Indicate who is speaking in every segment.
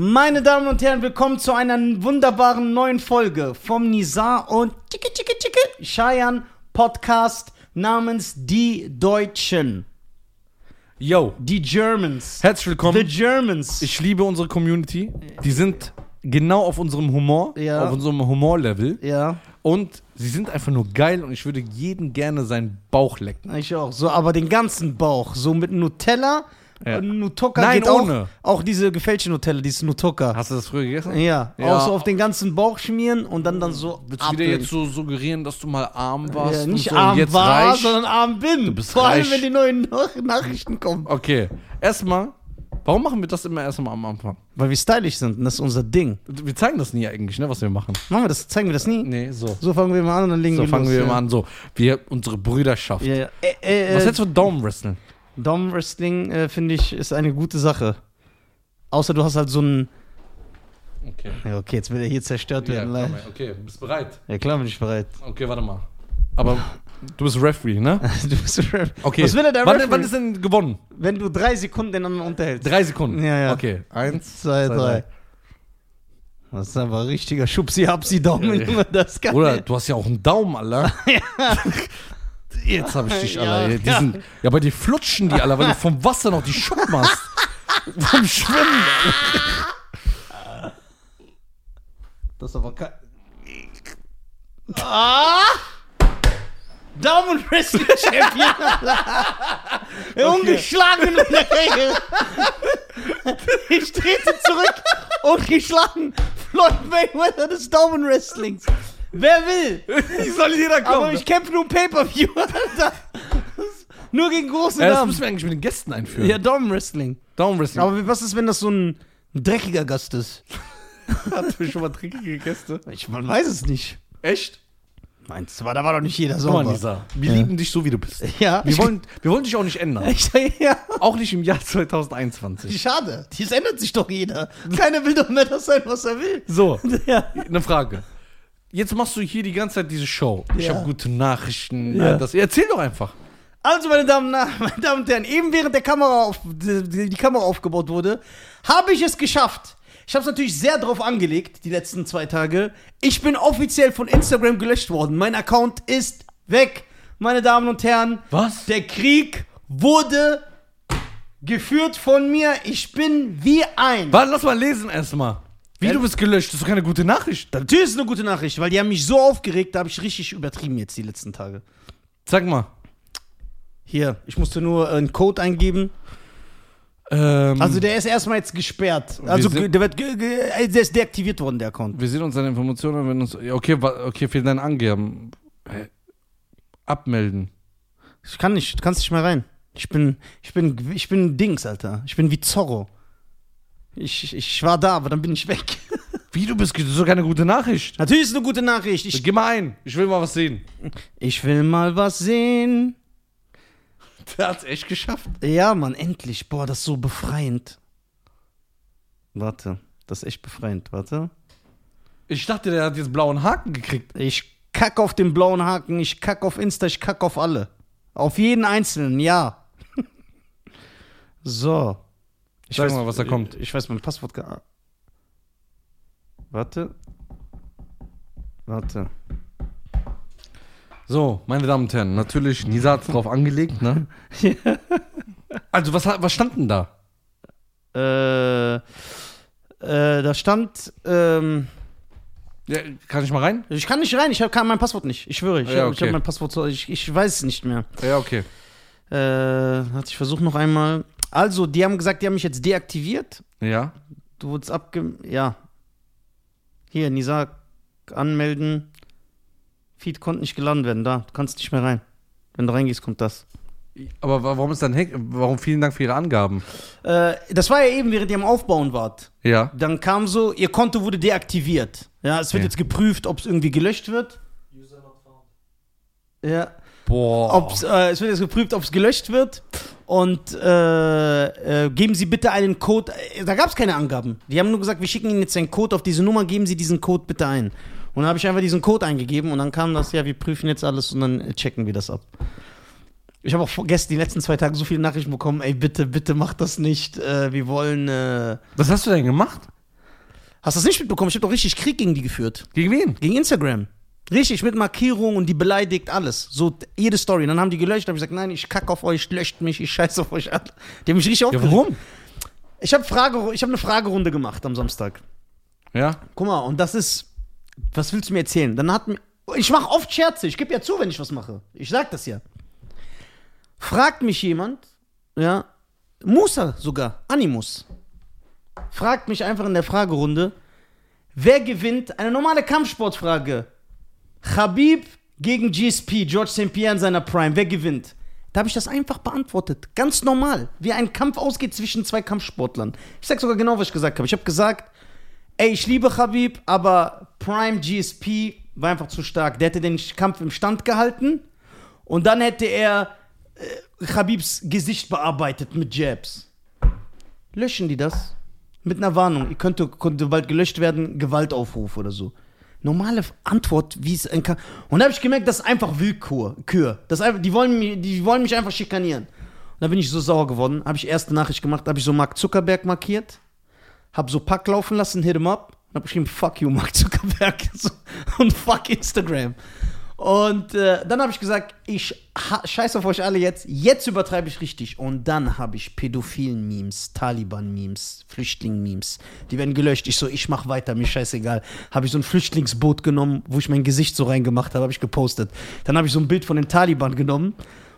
Speaker 1: Meine Damen und Herren, willkommen zu einer wunderbaren neuen Folge vom Nizar und Chicke Chicke Chicke Cheyenne Podcast namens Die Deutschen.
Speaker 2: Yo,
Speaker 1: Die Germans.
Speaker 2: herzlich willkommen.
Speaker 1: The Germans.
Speaker 2: Ich liebe unsere Community. Die sind genau auf unserem Humor,
Speaker 1: Ja.
Speaker 2: auf unserem Humorlevel.
Speaker 1: ja,
Speaker 2: Und sie sind einfach nur geil und ich würde jeden gerne seinen Bauch lecken.
Speaker 1: ich auch. So, aber den ganzen Bauch. So mit Nutella.
Speaker 2: Ja.
Speaker 1: äh, Nutoka
Speaker 2: Nein,
Speaker 1: geht
Speaker 2: ohne.
Speaker 1: Auch, auch diese gefälschte Nutella, dieses Nutoka.
Speaker 2: Hast du das früher gegessen?
Speaker 1: Ja,
Speaker 2: Ja.
Speaker 1: auch so auf den ganzen Bauch schmieren und dann dann so
Speaker 2: Willst du wieder jetzt so suggerieren, dass du mal arm warst?
Speaker 1: ja,
Speaker 2: und
Speaker 1: nicht
Speaker 2: so
Speaker 1: arm
Speaker 2: und jetzt
Speaker 1: war,
Speaker 2: reich?
Speaker 1: sondern arm bin.
Speaker 2: bist
Speaker 1: Vor allem,
Speaker 2: reich.
Speaker 1: wenn die neuen Nach- Nachrichten kommen.
Speaker 2: Okay, erstmal, warum machen wir das immer erstmal am Anfang?
Speaker 1: Weil wir stylisch sind und das ist unser Ding.
Speaker 2: Wir zeigen das nie eigentlich, ne, was wir machen.
Speaker 1: Machen wir das, zeigen wir das nie.
Speaker 2: Nee, so.
Speaker 1: So fangen wir mal an und dann legen
Speaker 2: So
Speaker 1: wir
Speaker 2: fangen
Speaker 1: los,
Speaker 2: wir
Speaker 1: ja.
Speaker 2: immer an, so. Wir, unsere Brüderschaft.
Speaker 1: Ja, ja. Äh, äh,
Speaker 2: Was
Speaker 1: äh,
Speaker 2: hältst du von Daumenwrestling?
Speaker 1: Dom Wrestling, äh, finde ich, ist eine gute Sache. Außer du hast halt so einen.
Speaker 2: Okay.
Speaker 1: Ja, okay, jetzt wird er hier zerstört
Speaker 2: Ja,
Speaker 1: werden.
Speaker 2: komm
Speaker 1: leider.
Speaker 2: her. okay, bist bereit?
Speaker 1: Ja, klar bin ich bereit.
Speaker 2: Okay, warte mal. Aber du bist Referee, ne?
Speaker 1: du bist Ref.
Speaker 2: Okay.
Speaker 1: Was will er da
Speaker 2: wann,
Speaker 1: Referee?
Speaker 2: wann ist denn gewonnen?
Speaker 1: Wenn du drei Sekunden ineinander unterhältst.
Speaker 2: Drei Sekunden.
Speaker 1: Ja, ja.
Speaker 2: Okay. Eins.
Speaker 1: zwei,
Speaker 2: zwei,
Speaker 1: drei.
Speaker 2: drei.
Speaker 1: Das ist aber ein richtiger Schubsi-Hapsi-Daumen,
Speaker 2: Ja, ja.
Speaker 1: Junge, das kann
Speaker 2: Oder du hast ja auch einen Daumen, Alter. Jetzt hab ich dich,
Speaker 1: Ja,
Speaker 2: Alter. Ja, die
Speaker 1: ja.
Speaker 2: sind, ja, bei dir flutschen die, Alter, weil du vom Wasser noch die Schuppen machst. vom Schwimmen.
Speaker 1: Das ist aber kein. Ah! Daumen Wrestling Champion! Der Ungeschlagen in der Regel! Ich trete zurück, ungeschlagen! Floyd Mayweather des Daumen Wrestlings! Wer will?
Speaker 2: Wie soll jeder
Speaker 1: Aber
Speaker 2: kommen?
Speaker 1: ich kämpfe nur um Pay-Per-View, Alter! Nur gegen große
Speaker 2: ja, das
Speaker 1: Damen!
Speaker 2: müssen wir eigentlich mit den Gästen einführen.
Speaker 1: Ja, Daumen Wrestling.
Speaker 2: Daumenwrestling.
Speaker 1: Aber was ist, wenn das so ein dreckiger Gast ist?
Speaker 2: Hatten wir schon mal trinkige Gäste?
Speaker 1: Ich, man weiß es nicht.
Speaker 2: Echt?
Speaker 1: Meinst du, aber da war doch nicht jeder
Speaker 2: Guck mal,
Speaker 1: sauber.
Speaker 2: Nisa. Wir lieben dich so, wie du bist.
Speaker 1: Ja.
Speaker 2: Wir wollen, wir wollen dich auch nicht ändern.
Speaker 1: Ich sag, ja.
Speaker 2: Auch nicht im Jahr 2021.
Speaker 1: Schade. Dies ändert sich doch jeder. Keiner will doch mehr das sein, was er will.
Speaker 2: So,
Speaker 1: Ja.
Speaker 2: eine Frage. Jetzt machst du hier die ganze Zeit diese Show. Ich
Speaker 1: Ja.
Speaker 2: habe gute Nachrichten.
Speaker 1: Ja.
Speaker 2: äh, Das, erzähl doch einfach.
Speaker 1: Also, meine Damen, na, meine Damen und Herren, eben während der Kamera auf, die, die Kamera aufgebaut wurde, habe ich es geschafft. Ich habe es natürlich sehr drauf angelegt, die letzten zwei Tage. Ich bin offiziell von Instagram gelöscht worden. Mein Account ist weg. Meine Damen und Herren,
Speaker 2: Was?
Speaker 1: der Krieg wurde geführt von mir. Ich bin wie ein.
Speaker 2: Warte, lass mal lesen erstmal. Wie,
Speaker 1: Ja.
Speaker 2: du bist gelöscht? Das ist doch keine gute Nachricht.
Speaker 1: Natürlich ist es eine gute Nachricht, weil die haben mich so aufgeregt, da habe ich richtig übertrieben jetzt die letzten Tage.
Speaker 2: Sag mal.
Speaker 1: Hier, ich musste nur äh, einen Code eingeben.
Speaker 2: Ähm,
Speaker 1: Also der ist erstmal jetzt gesperrt. Also
Speaker 2: sind-
Speaker 1: ge- der, wird ge- ge- äh, der ist deaktiviert worden, der Account.
Speaker 2: wir sehen uns deine Informationen an, wenn uns. ja, Okay, wa- okay, fehlen deine Angaben. Hä? Abmelden.
Speaker 1: Ich kann nicht, du kannst nicht mehr rein. Ich bin, ich bin, ich bin Dings, Alter. Ich bin wie Zorro. Ich, ich- ich war da, aber dann bin ich weg.
Speaker 2: Wie du bist, ge- das ist doch keine gute Nachricht.
Speaker 1: Natürlich ist es eine gute Nachricht. Ich,
Speaker 2: Geh mal ein. Ich will mal was sehen.
Speaker 1: ich will mal was sehen.
Speaker 2: Der hat's echt geschafft.
Speaker 1: Ja, Mann, endlich. Boah, das ist so befreiend. Warte, das ist echt befreiend. Warte.
Speaker 2: Ich dachte, der hat jetzt blauen Haken gekriegt.
Speaker 1: Ich kack auf den blauen Haken, ich kack auf Insta, ich kack auf alle. Auf jeden einzelnen, ja. so. Ich
Speaker 2: Sag mal, was da kommt.
Speaker 1: Ich, ich weiß mein Passwort gar. Warte. Warte.
Speaker 2: So, meine Damen und Herren, natürlich, Nisa hat's drauf angelegt, ne? Also, was, hat- was stand denn da?
Speaker 1: Äh, äh, da stand, ähm,
Speaker 2: Ja, kann ich mal rein?
Speaker 1: ich kann nicht rein, ich hab- kann mein Passwort nicht. Ich schwöre, ich
Speaker 2: Ja,
Speaker 1: hab- ich
Speaker 2: okay.
Speaker 1: habe mein Passwort, so- ich, ich weiß es nicht mehr.
Speaker 2: Ja, okay.
Speaker 1: Äh, warte, ich versuche noch einmal. Also, die haben gesagt, die haben mich jetzt deaktiviert.
Speaker 2: Ja.
Speaker 1: Du wurdest abge... Ja. Hier, Nisa, anmelden. Feed konnte nicht geladen werden. Da, du kannst nicht mehr rein. Wenn du reingehst, kommt das.
Speaker 2: Aber wa- warum ist dann Hack? Warum vielen Dank für Ihre Angaben?
Speaker 1: Äh, das war ja eben, während ihr am Aufbauen wart.
Speaker 2: Ja.
Speaker 1: Dann kam so, ihr Konto wurde deaktiviert. Ja, es wird
Speaker 2: Ja.
Speaker 1: jetzt geprüft, ob es irgendwie gelöscht wird. Ja,
Speaker 2: Boah.
Speaker 1: ob's, äh, es wird jetzt geprüft, ob es gelöscht wird. Und äh, äh, geben Sie bitte einen Code. Äh, Da gab es keine Angaben. Die haben nur gesagt, wir schicken Ihnen jetzt einen Code auf diese Nummer, geben Sie diesen Code bitte ein. Und dann habe ich einfach diesen Code eingegeben und dann kam das, ja, wir prüfen jetzt alles und dann äh, checken wir das ab. Ich habe auch vor- gestern die letzten zwei Tage so viele Nachrichten bekommen, ey, bitte, bitte macht das nicht. Äh, wir wollen. Äh,
Speaker 2: Was hast du denn gemacht?
Speaker 1: Hast du das nicht mitbekommen? Ich habe doch richtig Krieg gegen die geführt.
Speaker 2: Gegen wen?
Speaker 1: Gegen Instagram. Richtig, mit Markierung und die beleidigt alles. So jede Story. Und dann haben die gelöscht. Dann habe ich gesagt, nein, ich kacke auf euch, löscht mich, ich scheiße auf euch ab. Die haben mich richtig aufgeregt. Ich habe Frage, ich hab eine Fragerunde gemacht am Samstag.
Speaker 2: Ja.
Speaker 1: Guck mal, und das ist. Was willst du mir erzählen? Dann hat mir. Ich mache oft Scherze, ich gebe ja zu, wenn ich was mache. Ich sag das ja. Fragt mich jemand, ja, Musa sogar, Animus, fragt mich einfach in der Fragerunde, wer gewinnt eine normale Kampfsportfrage? Khabib gegen GSP, George St. Pierre in seiner Prime, wer gewinnt? Da habe ich das einfach beantwortet. Ganz normal. Wie ein Kampf ausgeht zwischen zwei Kampfsportlern. Ich sag sogar genau, was ich gesagt habe. Ich habe gesagt, ey, ich liebe Khabib, aber Prime GSP war einfach zu stark. Der hätte den Kampf im Stand gehalten und dann hätte er äh, Khabibs Gesicht bearbeitet mit Jabs. Löschen die das? Mit einer Warnung, ihr könnte, könnte bald gelöscht werden, Gewaltaufruf oder so. Normale Antwort, wie es ein Ka Und da habe ich gemerkt, das ist einfach Willkür. Kür. Das ist einfach, die, wollen, mi- die wollen mich einfach schikanieren. Und da bin ich so sauer geworden, habe ich erste Nachricht gemacht, habe ich so Mark Zuckerberg markiert hab so Pack laufen lassen, hit him up und hab geschrieben, fuck you, Mark Zuckerberg So, und fuck Instagram. Und äh, dann habe ich gesagt, ich ha- scheiß auf euch alle jetzt, jetzt übertreibe ich richtig. Und dann habe ich Pädophilen-Memes, Taliban-Memes, Flüchtling-Memes, die werden gelöscht. Ich so, ich mach weiter, mir scheißegal. Habe ich so ein Flüchtlingsboot genommen, wo ich mein Gesicht so reingemacht habe, habe ich gepostet. Dann habe ich so ein Bild von den Taliban genommen,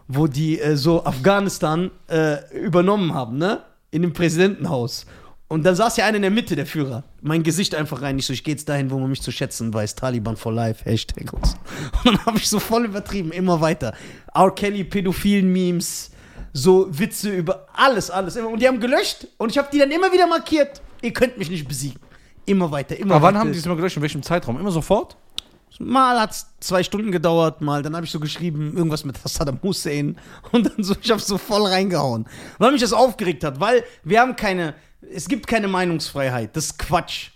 Speaker 1: wo die äh, so Afghanistan äh, übernommen haben, ne? In dem Präsidentenhaus. Und dann saß ja einer in der Mitte, der Führer. Mein Gesicht einfach rein. Ich so, ich geh jetzt dahin, wo man mich zu schätzen weiß. Taliban for life, Hashtag und so. Und dann habe ich so voll übertrieben, immer weiter. R. Kelly, pädophilen Memes, so Witze über alles, alles. Und die haben gelöscht und ich habe die dann immer wieder markiert. Ihr könnt mich nicht besiegen. Immer weiter, immer
Speaker 2: Aber wann
Speaker 1: weiter.
Speaker 2: haben die es immer gelöscht? In welchem Zeitraum? Immer sofort?
Speaker 1: Mal hat es zwei Stunden gedauert, mal, dann habe ich so geschrieben, irgendwas mit Saddam Hussein und dann so, ich habe so voll reingehauen. Weil mich das aufgeregt hat, weil wir haben keine, es gibt keine Meinungsfreiheit, das ist Quatsch.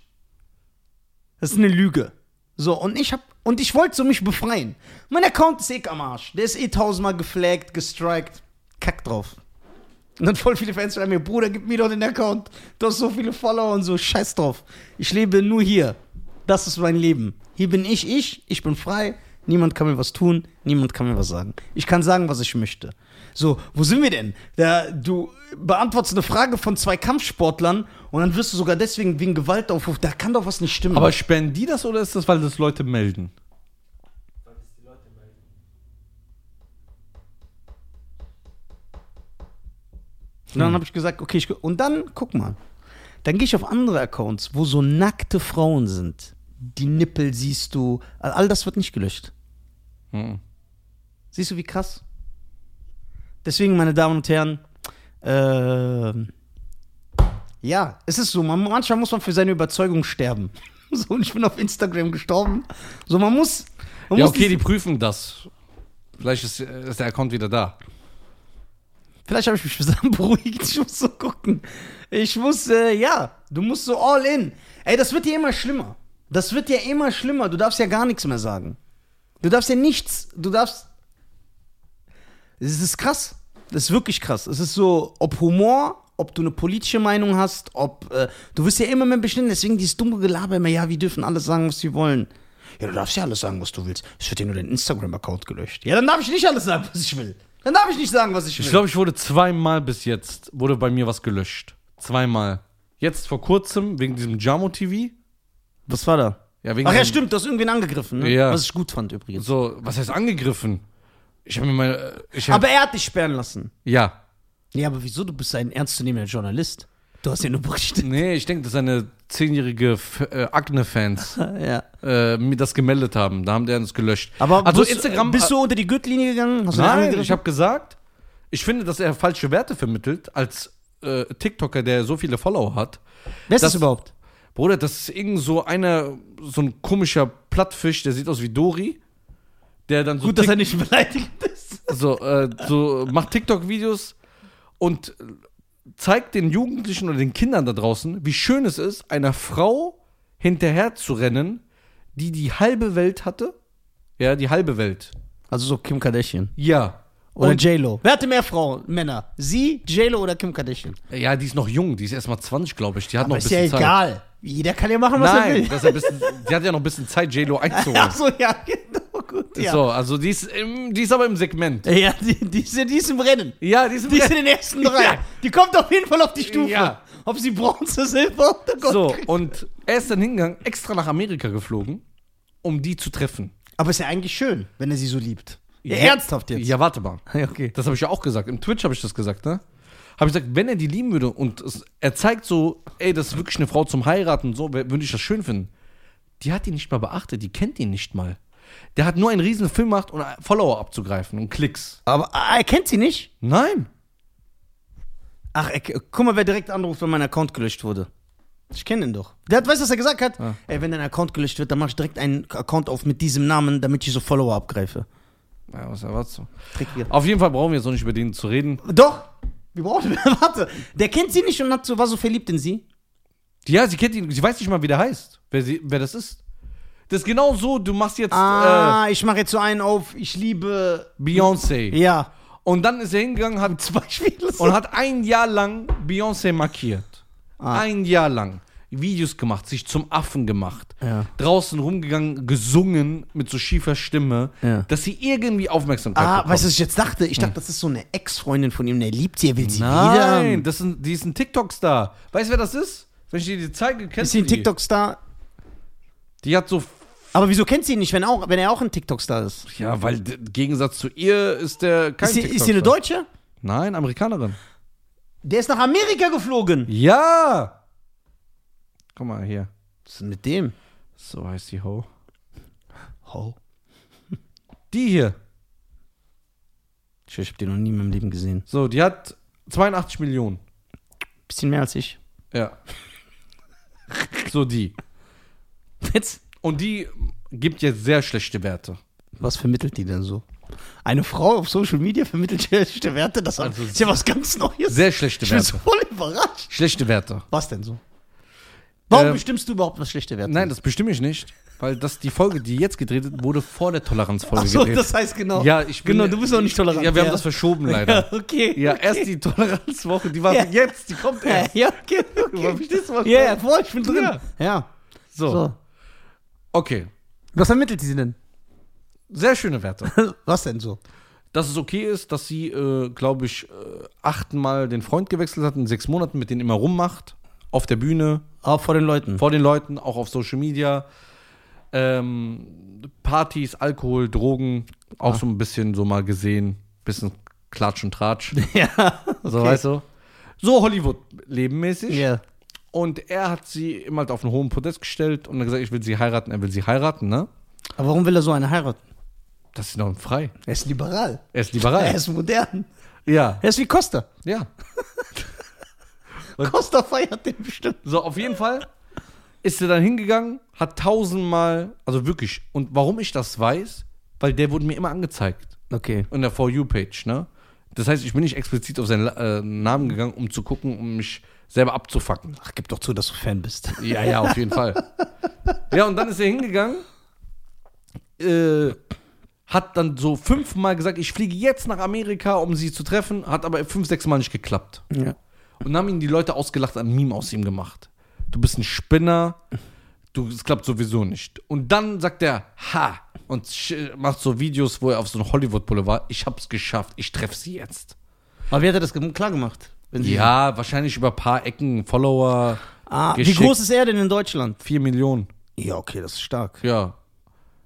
Speaker 1: Das ist eine Lüge. So, und ich hab, und ich wollte so mich befreien. Mein Account ist eh am Arsch, der ist eh tausendmal geflaggt, gestrikt, kack drauf. Und dann voll viele Fans schreiben mir, Bruder, gib mir doch den Account. Du hast so viele Follower und so, scheiß drauf. Ich lebe nur hier. Das ist mein Leben. Hier bin ich, ich, ich bin frei. Niemand kann mir was tun, niemand kann mir was sagen. Ich kann sagen, was ich möchte. So, wo sind wir denn? Da, du beantwortest eine Frage von zwei Kampfsportlern und dann wirst du sogar deswegen wegen Gewaltaufruf. Da kann doch was nicht stimmen.
Speaker 2: Aber spenden die das oder ist das, weil das Leute melden?
Speaker 1: Und
Speaker 2: Hm.
Speaker 1: dann habe ich gesagt, okay, ich, gu- und dann, guck mal, dann gehe ich auf andere Accounts, wo so nackte Frauen sind. Die Nippel siehst du, all all das wird nicht gelöscht.
Speaker 2: Hm.
Speaker 1: Siehst du, wie krass? Deswegen, meine Damen und Herren, ähm, ja, es ist so, man, manchmal muss man für seine Überzeugung sterben. So, und ich bin auf Instagram gestorben. So, man muss. Man
Speaker 2: Ja,
Speaker 1: muss
Speaker 2: okay,
Speaker 1: dies-
Speaker 2: die prüfen das. Vielleicht ist, äh, ist der Account wieder da.
Speaker 1: Vielleicht habe ich mich zusammen beruhigt. Ich muss so gucken. Ich muss, äh, ja, du musst so all in. Ey, das wird ja immer schlimmer. Das wird ja immer schlimmer. Du darfst ja gar nichts mehr sagen. Du darfst ja nichts. Du darfst. Es ist krass. Das ist wirklich krass. Es ist so, ob Humor, ob du eine politische Meinung hast, ob. Äh, du wirst ja immer mehr bestimmt. Deswegen dieses dumme Gelaber immer, ja, wir dürfen alles sagen, was wir wollen. Ja, du darfst ja alles sagen, was du willst. Es wird dir nur dein Instagram-Account gelöscht. Ja, dann darf ich nicht alles sagen, was ich will. Dann darf ich nicht sagen, was ich will.
Speaker 2: Ich glaube, ich wurde zweimal bis jetzt, wurde bei mir was gelöscht. Zweimal. Jetzt vor kurzem, wegen diesem Jamo TV.
Speaker 1: Was war da?
Speaker 2: Ja, wegen
Speaker 1: Ach ja,
Speaker 2: dem-
Speaker 1: stimmt, du hast irgendwen angegriffen, ne?
Speaker 2: Ja.
Speaker 1: was ich gut fand übrigens.
Speaker 2: So, was heißt angegriffen? Ich habe mir mal. äh, Ich hab,
Speaker 1: Aber er hat dich sperren lassen.
Speaker 2: ja.
Speaker 1: Ja, aber wieso? Du bist ein ernstzunehmender Journalist. Du hast ja nur berichtet.
Speaker 2: Nee, ich denke, dass seine zehnjährige F- äh, Akne-Fans
Speaker 1: Ja.
Speaker 2: äh, mir das gemeldet haben. Da haben die uns gelöscht.
Speaker 1: Aber
Speaker 2: also
Speaker 1: bist,
Speaker 2: Instagram.
Speaker 1: bist du unter die Gürtellinie gegangen? Hast du den
Speaker 2: Nein,
Speaker 1: angegriffen?
Speaker 2: ich habe gesagt, ich finde, dass er falsche Werte vermittelt als äh, TikToker, der so viele Follower hat.
Speaker 1: Wer ist das,
Speaker 2: das-
Speaker 1: überhaupt?
Speaker 2: Bruder, das ist irgend so einer, so ein komischer Plattfisch, der sieht aus wie Dori, der dann so,
Speaker 1: Gut, dass er nicht beleidigt ist.
Speaker 2: so, äh, so macht TikTok-Videos und zeigt den Jugendlichen oder den Kindern da draußen, wie schön es ist, einer Frau hinterher zu rennen, die die halbe Welt hatte. Ja, die halbe Welt.
Speaker 1: Also so Kim Kardashian.
Speaker 2: Ja.
Speaker 1: Oder
Speaker 2: Und-
Speaker 1: J-Lo. Wer hatte mehr Frauen, Männer? Sie, J-Lo oder Kim Kardashian?
Speaker 2: Ja, die ist noch jung, die ist erst mal 20, glaube ich. Die hat
Speaker 1: Aber
Speaker 2: noch ein
Speaker 1: ist ja
Speaker 2: bisschen Zeit.
Speaker 1: egal. Jeder kann ja machen, was er
Speaker 2: Nein,
Speaker 1: will.
Speaker 2: das ist ein bisschen, die hat ja noch ein bisschen Zeit, JLo einzuholen.
Speaker 1: Ach so, ja, genau, gut. Ja,
Speaker 2: So, also die ist, im, die ist aber im Segment.
Speaker 1: ja die, die, ist, die ist im Rennen.
Speaker 2: Ja, die ist im
Speaker 1: Die ist in den ersten drei.
Speaker 2: Ja.
Speaker 1: Die kommt auf jeden Fall auf die Stufe.
Speaker 2: Ja.
Speaker 1: Ob sie Bronze, Silber oder Gold
Speaker 2: So,
Speaker 1: kriegt.
Speaker 2: und er ist dann hingegangen, extra nach Amerika geflogen, um die zu treffen.
Speaker 1: Aber ist ja eigentlich schön, wenn er sie so liebt. Ja,
Speaker 2: Ja.
Speaker 1: ernsthaft jetzt.
Speaker 2: Ja, warte mal.
Speaker 1: Ja, okay.
Speaker 2: Das habe ich ja auch gesagt. Im Twitch habe ich das gesagt, ne? Habe ich gesagt, wenn er die lieben würde und es, er zeigt so, ey, das ist wirklich eine Frau zum Heiraten und so, wär- würde ich das schön finden. Die hat ihn nicht mal beachtet, die kennt ihn nicht mal. Der hat nur einen riesen Film gemacht, um Follower abzugreifen und Klicks.
Speaker 1: Aber ah, er kennt sie nicht.
Speaker 2: Nein.
Speaker 1: Ach, er, guck mal, wer direkt anruft, wenn mein Account gelöscht wurde. Ich kenne ihn doch. Der hat, weißt du, was er gesagt hat? Ey, wenn dein Account gelöscht wird, dann mach ich direkt einen Account auf mit diesem Namen, damit ich so Follower abgreife.
Speaker 2: Ja, was erwartest du?
Speaker 1: Trick hier.
Speaker 2: Auf jeden Fall brauchen wir jetzt noch nicht über den zu reden.
Speaker 1: Doch! Wir brauchen, warte. Der kennt sie nicht und hat so, war so verliebt in sie.
Speaker 2: Ja, sie kennt ihn, sie weiß nicht mal, wie der heißt, wer, sie, wer das ist. Das ist genau so, du machst jetzt
Speaker 1: Ah, ich mache jetzt so einen auf, ich liebe.
Speaker 2: äh, Beyoncé.
Speaker 1: Ja.
Speaker 2: Und dann ist er hingegangen, hat
Speaker 1: Zum Beispiel.
Speaker 2: und hat ein Jahr lang Beyoncé markiert.
Speaker 1: Ah.
Speaker 2: Ein Jahr lang. Videos gemacht, sich zum Affen gemacht.
Speaker 1: Ja.
Speaker 2: Draußen rumgegangen, gesungen mit so schiefer Stimme,
Speaker 1: Ja.
Speaker 2: dass sie irgendwie Aufmerksamkeit
Speaker 1: Ah,
Speaker 2: bekommt.
Speaker 1: weißt du, was ich jetzt dachte? Ich
Speaker 2: Hm.
Speaker 1: dachte, das ist so eine Ex-Freundin von ihm, der liebt sie, er will sie
Speaker 2: Nein,
Speaker 1: wieder.
Speaker 2: das ist ein, die ist ein TikTok-Star. Weißt du, wer das ist? Wenn ich dir die zeige,
Speaker 1: Ist
Speaker 2: kennst
Speaker 1: sie
Speaker 2: du
Speaker 1: ein
Speaker 2: die.
Speaker 1: TikTok-Star?
Speaker 2: Die hat so,
Speaker 1: Aber wieso kennt sie ihn nicht, wenn, auch, wenn er auch ein TikTok-Star ist?
Speaker 2: ja, weil d- im Gegensatz zu ihr ist der kein
Speaker 1: Ist sie,
Speaker 2: TikTok-Star.
Speaker 1: ist sie eine Deutsche?
Speaker 2: Nein, Amerikanerin.
Speaker 1: Der ist nach Amerika geflogen.
Speaker 2: Ja! Guck mal hier.
Speaker 1: Was ist denn mit dem?
Speaker 2: So heißt die Ho.
Speaker 1: Oh.
Speaker 2: Die hier.
Speaker 1: Ich, ich habe den noch nie in meinem Leben gesehen.
Speaker 2: So, die hat 82 Millionen.
Speaker 1: Bisschen mehr als ich.
Speaker 2: Ja. So die.
Speaker 1: Jetzt?
Speaker 2: Und die gibt jetzt sehr schlechte Werte.
Speaker 1: Was vermittelt die denn so? Eine Frau auf Social Media vermittelt schlechte Werte? Das
Speaker 2: Also-
Speaker 1: ist ja was ganz Neues.
Speaker 2: Sehr schlechte
Speaker 1: ich bin
Speaker 2: Werte.
Speaker 1: so voll überrascht.
Speaker 2: Schlechte Werte.
Speaker 1: Was denn so? Warum
Speaker 2: Ähm,
Speaker 1: bestimmst du überhaupt, was schlechte Werte
Speaker 2: Nein, das bestimme ich nicht, weil das die Folge, die jetzt gedreht wird, wurde vor der Toleranzfolge
Speaker 1: Ach so,
Speaker 2: gedreht.
Speaker 1: das heißt genau.
Speaker 2: ja, ich bin,
Speaker 1: genau, du bist auch nicht tolerant.
Speaker 2: Ja, wir haben das verschoben leider.
Speaker 1: Ja, okay.
Speaker 2: Ja, erst die Toleranzwoche, die war
Speaker 1: Ja.
Speaker 2: jetzt, die kommt
Speaker 1: Ja,
Speaker 2: erst.
Speaker 1: ja, okay.
Speaker 2: Hab ich das
Speaker 1: okay.
Speaker 2: verstanden?
Speaker 1: Ja, ja, voll, ich bin drin.
Speaker 2: Ja. So.
Speaker 1: So.
Speaker 2: Okay.
Speaker 1: Was vermittelt sie denn?
Speaker 2: Sehr schöne Werte.
Speaker 1: Was denn so?
Speaker 2: Dass es okay ist, dass sie, äh, glaube ich, äh, achtmal den Freund gewechselt hat in sechs Monaten, mit denen immer rummacht, auf der Bühne,
Speaker 1: Ah, vor den Leuten.
Speaker 2: vor den Leuten, auch auf Social Media. Ähm, Partys, Alkohol, Drogen, auch so ein bisschen so mal gesehen. Bisschen Klatsch und Tratsch.
Speaker 1: Ja.
Speaker 2: So, weißt du? So Hollywood-lebenmäßig.
Speaker 1: Ja.
Speaker 2: Und er hat sie immer halt auf einen hohen Podest gestellt und dann gesagt, ich will sie heiraten, er will sie heiraten, ne?
Speaker 1: Aber warum will er so eine heiraten?
Speaker 2: Das ist noch frei.
Speaker 1: Er ist liberal.
Speaker 2: Er ist
Speaker 1: Er
Speaker 2: liberal.
Speaker 1: ist modern.
Speaker 2: ja.
Speaker 1: Er ist wie Costa.
Speaker 2: Ja.
Speaker 1: Costa feiert den bestimmt.
Speaker 2: So, auf jeden Fall ist er dann hingegangen, hat tausendmal, also wirklich, und warum ich das weiß, weil der wurde mir immer angezeigt.
Speaker 1: Okay.
Speaker 2: in der For You-Page, ne? Das heißt, ich bin nicht explizit auf seinen äh, Namen gegangen, um zu gucken, um mich selber abzufacken.
Speaker 1: Ach, gib doch zu, dass du Fan bist.
Speaker 2: Ja, ja, auf jeden Fall. Ja, und dann ist er hingegangen, äh, hat dann so fünfmal gesagt, ich fliege jetzt nach Amerika, um sie zu treffen, hat aber fünf, sechs Mal nicht geklappt.
Speaker 1: Ja.
Speaker 2: Und dann haben ihn die Leute ausgelacht, ein Meme aus ihm gemacht. Du bist ein Spinner, du, es klappt sowieso nicht. Und dann sagt er, ha, und sch- macht so Videos, wo er auf so einem Hollywood-Boulevard, ich hab's geschafft, ich treffe sie jetzt.
Speaker 1: Aber wie hat er das gem- klar gemacht? Wenn sie-
Speaker 2: Ja, wahrscheinlich über ein paar Ecken, Follower,
Speaker 1: Ah, wie
Speaker 2: geschickt.
Speaker 1: groß ist er denn in Deutschland?
Speaker 2: 4 Millionen.
Speaker 1: Ja, okay, das ist stark.
Speaker 2: Ja.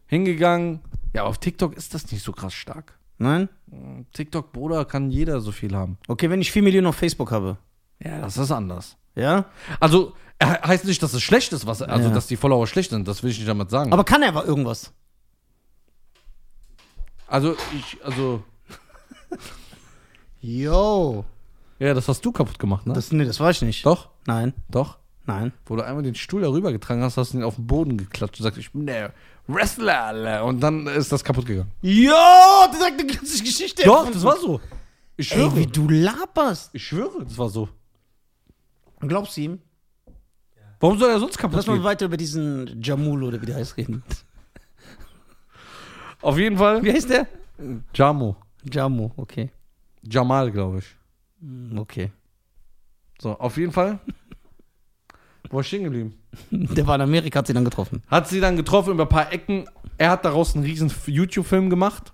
Speaker 2: Hingegangen. Ja, aber auf TikTok ist das nicht so krass stark.
Speaker 1: Nein?
Speaker 2: TikTok, Bruder, kann jeder so viel haben.
Speaker 1: Okay, wenn ich 4 Millionen auf Facebook habe.
Speaker 2: Ja, das ist anders.
Speaker 1: Ja?
Speaker 2: Also, he- heißt nicht, dass es schlecht ist, was, also,
Speaker 1: Ja.
Speaker 2: dass die Follower schlecht sind. Das will ich nicht damit sagen.
Speaker 1: Aber kann er aber irgendwas?
Speaker 2: Also, ich, also.
Speaker 1: Yo.
Speaker 2: Ja, das hast du kaputt gemacht, ne?
Speaker 1: Das, nee, das war ich nicht.
Speaker 2: doch,
Speaker 1: Nein,
Speaker 2: doch.
Speaker 1: nein.
Speaker 2: Wo du einmal den Stuhl darüber getragen hast, hast du ihn auf den Boden geklatscht und sagst, ich bin der Wrestler. alle. Und dann ist das kaputt gegangen.
Speaker 1: Yo, das sagt eine ganze Geschichte.
Speaker 2: so. Ich
Speaker 1: Ey,
Speaker 2: schwöre.
Speaker 1: wie du laberst.
Speaker 2: ich schwöre, das war so.
Speaker 1: Glaubst du ihm?
Speaker 2: Warum soll er sonst kaputt
Speaker 1: Lass mal
Speaker 2: gehen?
Speaker 1: weiter über diesen Jamul oder wie der heißt reden.
Speaker 2: Auf jeden Fall.
Speaker 1: Wie heißt der?
Speaker 2: Jamo.
Speaker 1: Jamu, okay.
Speaker 2: Jamal, glaube ich.
Speaker 1: Hm, Okay.
Speaker 2: So, auf jeden Fall. Wo war ich stehen geblieben?
Speaker 1: Der war in Amerika, hat sie dann getroffen.
Speaker 2: Hat sie dann getroffen über ein paar Ecken. Er hat daraus einen riesen YouTube-Film gemacht.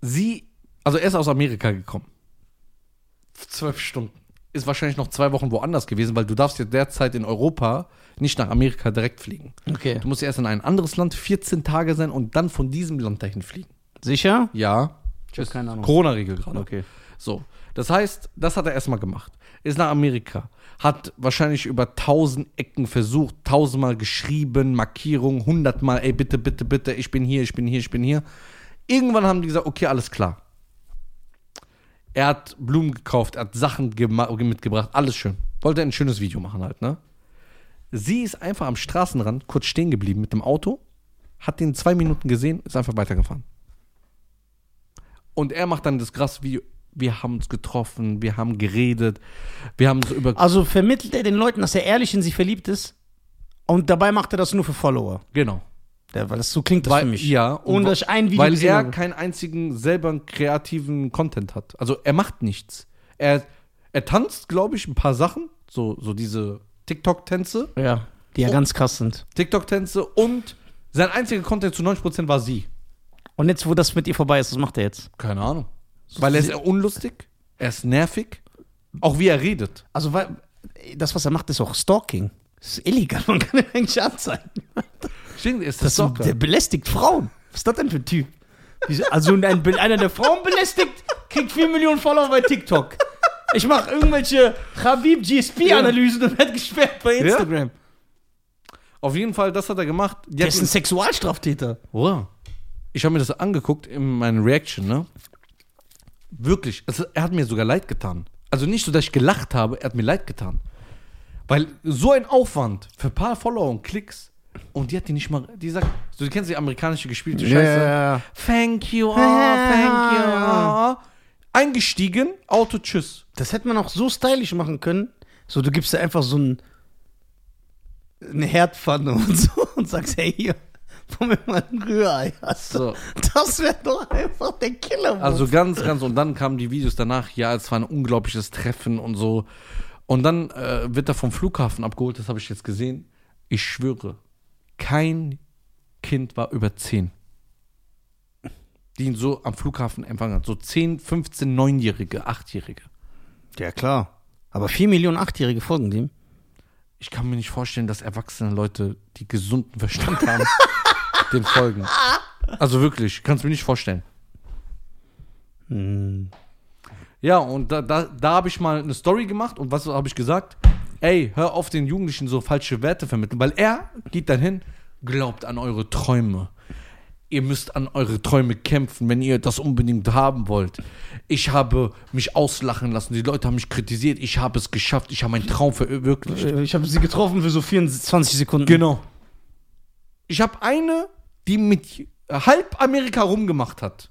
Speaker 2: Sie, also er ist aus Amerika gekommen. Zwölf Stunden. Ist wahrscheinlich noch zwei Wochen woanders gewesen, weil du darfst ja derzeit in Europa nicht nach Amerika direkt fliegen.
Speaker 1: Okay.
Speaker 2: Du musst erst in ein anderes Land 14 Tage sein und dann von diesem Land dahin fliegen.
Speaker 1: Sicher?
Speaker 2: Ja.
Speaker 1: Ich hab keine Ahnung.
Speaker 2: Corona-Regel gerade.
Speaker 1: Okay.
Speaker 2: So. Das heißt, das hat er erstmal gemacht. Ist nach Amerika. Hat wahrscheinlich über tausend Ecken versucht, tausendmal geschrieben, Markierung, hundertmal, ey, bitte, bitte, bitte, ich bin hier, ich bin hier, ich bin hier. Irgendwann haben die gesagt, okay, alles klar. Er hat Blumen gekauft, er hat Sachen gema- mitgebracht, alles schön. Wollte ein schönes Video machen halt, ne? Sie ist einfach am Straßenrand kurz stehen geblieben mit dem Auto, hat den zwei Minuten gesehen, ist einfach weitergefahren. Und er macht dann das krasse Video. Wir haben uns getroffen, wir haben geredet, wir haben uns über.
Speaker 1: Also vermittelt er den Leuten, dass er ehrlich in sie verliebt ist und dabei macht er das nur für Follower.
Speaker 2: Genau.
Speaker 1: Der, weil das so klingt das
Speaker 2: Weil,
Speaker 1: für mich.
Speaker 2: Ja, und
Speaker 1: Ohne
Speaker 2: wa-
Speaker 1: dass ich ein Video
Speaker 2: Weil
Speaker 1: gesehen
Speaker 2: er
Speaker 1: habe.
Speaker 2: keinen einzigen selber kreativen Content hat. Also er macht nichts. Er, er tanzt, glaube ich, ein paar Sachen, so, so diese TikTok-Tänze.
Speaker 1: Ja. Die ja
Speaker 2: Oh.
Speaker 1: ganz krass sind.
Speaker 2: TikTok-Tänze und sein einziger Content zu 90% war sie.
Speaker 1: Und jetzt, wo das mit ihr vorbei ist, was macht er jetzt?
Speaker 2: Keine Ahnung. Weil er ist eher unlustig, er ist nervig, auch wie er redet.
Speaker 1: Also, weil, das, was er macht, ist auch Stalking. Das ist illegal, man kann ihn eigentlich anzeigen.
Speaker 2: Stimmt, er ist
Speaker 1: Das ist
Speaker 2: Stalker.
Speaker 1: der belästigt Frauen. Was ist das denn für ein Typ? Wieso- Also, und ein, einer, der Frauen belästigt, kriegt 4 Millionen Follower bei TikTok. Ich mache irgendwelche Habib GSP-Analysen und werde gesperrt bei Instagram.
Speaker 2: Auf jeden Fall, das hat er gemacht. Die
Speaker 1: Der
Speaker 2: hat
Speaker 1: ist
Speaker 2: ihn-
Speaker 1: ein Sexualstraftäter.
Speaker 2: Wow. Ich habe mir das angeguckt in meinen Reaction, ne? Wirklich, es, er hat mir sogar leid getan. Also nicht so, dass ich gelacht habe, er hat mir leid getan. Weil so ein Aufwand für ein paar Follower und Klicks und die hat die nicht mal, die sagt, so, du kennst die amerikanische gespielte Scheiße.
Speaker 1: Ja.
Speaker 2: Thank you, oh, thank you. Oh. Eingestiegen, Auto, tschüss.
Speaker 1: Das hätte man auch so stylisch machen können. So, du gibst dir einfach so ein, eine Herdpfanne und so und sagst, hey, hier, wo mir mal ein Rührei hast.
Speaker 2: So.
Speaker 1: Das wäre doch einfach der Killer. Mann.
Speaker 2: Also ganz, ganz, und dann kamen die Videos danach, ja, es war ein unglaubliches Treffen und so. Und dann äh, wird er vom Flughafen abgeholt, das habe ich jetzt gesehen. Ich schwöre, kein Kind war über 10, die ihn so am Flughafen empfangen hat. So 10, 15, 9-Jährige, 8-Jährige.
Speaker 1: ja, klar. Aber 4 Millionen Achtjährige folgen dem.
Speaker 2: Ich kann mir nicht vorstellen, dass erwachsene Leute, die gesunden Verstand haben, dem folgen. Also wirklich, kannst mir nicht vorstellen. Hm. Ja, und da, da, da habe ich mal eine Story gemacht und was habe ich gesagt? Ey, hör auf, den Jugendlichen so falsche Werte vermitteln, weil er geht dann hin, glaubt an eure Träume. Ihr müsst an eure Träume kämpfen, wenn ihr das unbedingt haben wollt. Ich habe mich auslachen lassen, die Leute haben mich kritisiert, ich habe es geschafft, ich habe meinen Traum verwirklicht.
Speaker 1: Ich habe sie getroffen für so 24 Sekunden.
Speaker 2: Genau. Ich habe eine, die mit halb Amerika rumgemacht hat.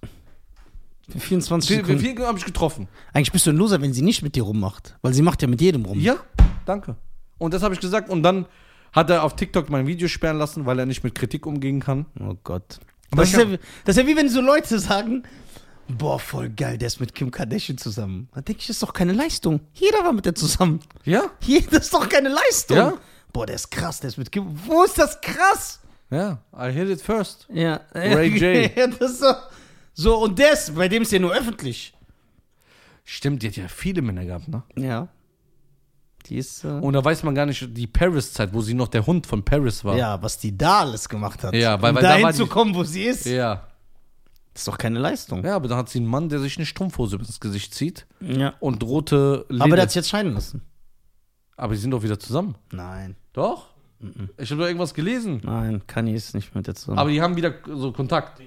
Speaker 1: Für 24
Speaker 2: Wie
Speaker 1: Sekunden.
Speaker 2: viel habe ich getroffen?
Speaker 1: Eigentlich bist du ein Loser, wenn sie nicht mit dir rummacht. Weil sie macht ja mit jedem rum.
Speaker 2: Ja, danke. Und das habe ich gesagt. Und dann hat er auf TikTok mein Video sperren lassen, weil er nicht mit Kritik umgehen kann.
Speaker 1: Oh Gott.
Speaker 2: Aber
Speaker 1: Das
Speaker 2: ich
Speaker 1: ist, ja, das ist ja wie wenn so Leute sagen, boah, voll geil, der ist mit Kim Kardashian zusammen. Da denke ich, das ist doch keine Leistung. Jeder war mit der zusammen.
Speaker 2: Ja,
Speaker 1: Hier, das ist doch keine Leistung.
Speaker 2: Ja.
Speaker 1: Boah, der ist krass, der ist mit Kim. Wo ist das krass?
Speaker 2: ja. I hit it first.
Speaker 1: Ja.
Speaker 2: Ray J.
Speaker 1: Ja, das ist doch, so, und das, bei dem ist ja nur öffentlich.
Speaker 2: Stimmt, die hat ja viele Männer gehabt, ne?
Speaker 1: Ja. Die ist. Äh,
Speaker 2: Und da weiß man gar nicht, die Paris-Zeit, wo sie noch der Hund von Paris war.
Speaker 1: ja, was die da alles gemacht hat.
Speaker 2: Ja, weil-
Speaker 1: um
Speaker 2: weil da
Speaker 1: dahin
Speaker 2: war die-
Speaker 1: zu kommen, wo sie ist.
Speaker 2: Ja.
Speaker 1: Das ist doch keine Leistung.
Speaker 2: Ja, aber dann hat sie einen Mann, der sich eine Strumpfhose ins Gesicht zieht
Speaker 1: Ja.
Speaker 2: und rote Leder.
Speaker 1: Aber der hat sich jetzt scheiden lassen.
Speaker 2: aber die sind doch wieder zusammen.
Speaker 1: Nein,
Speaker 2: Doch? Ich habe doch irgendwas gelesen.
Speaker 1: nein, Kanye ist nicht mit der zusammen.
Speaker 2: Aber die haben wieder so Kontakt.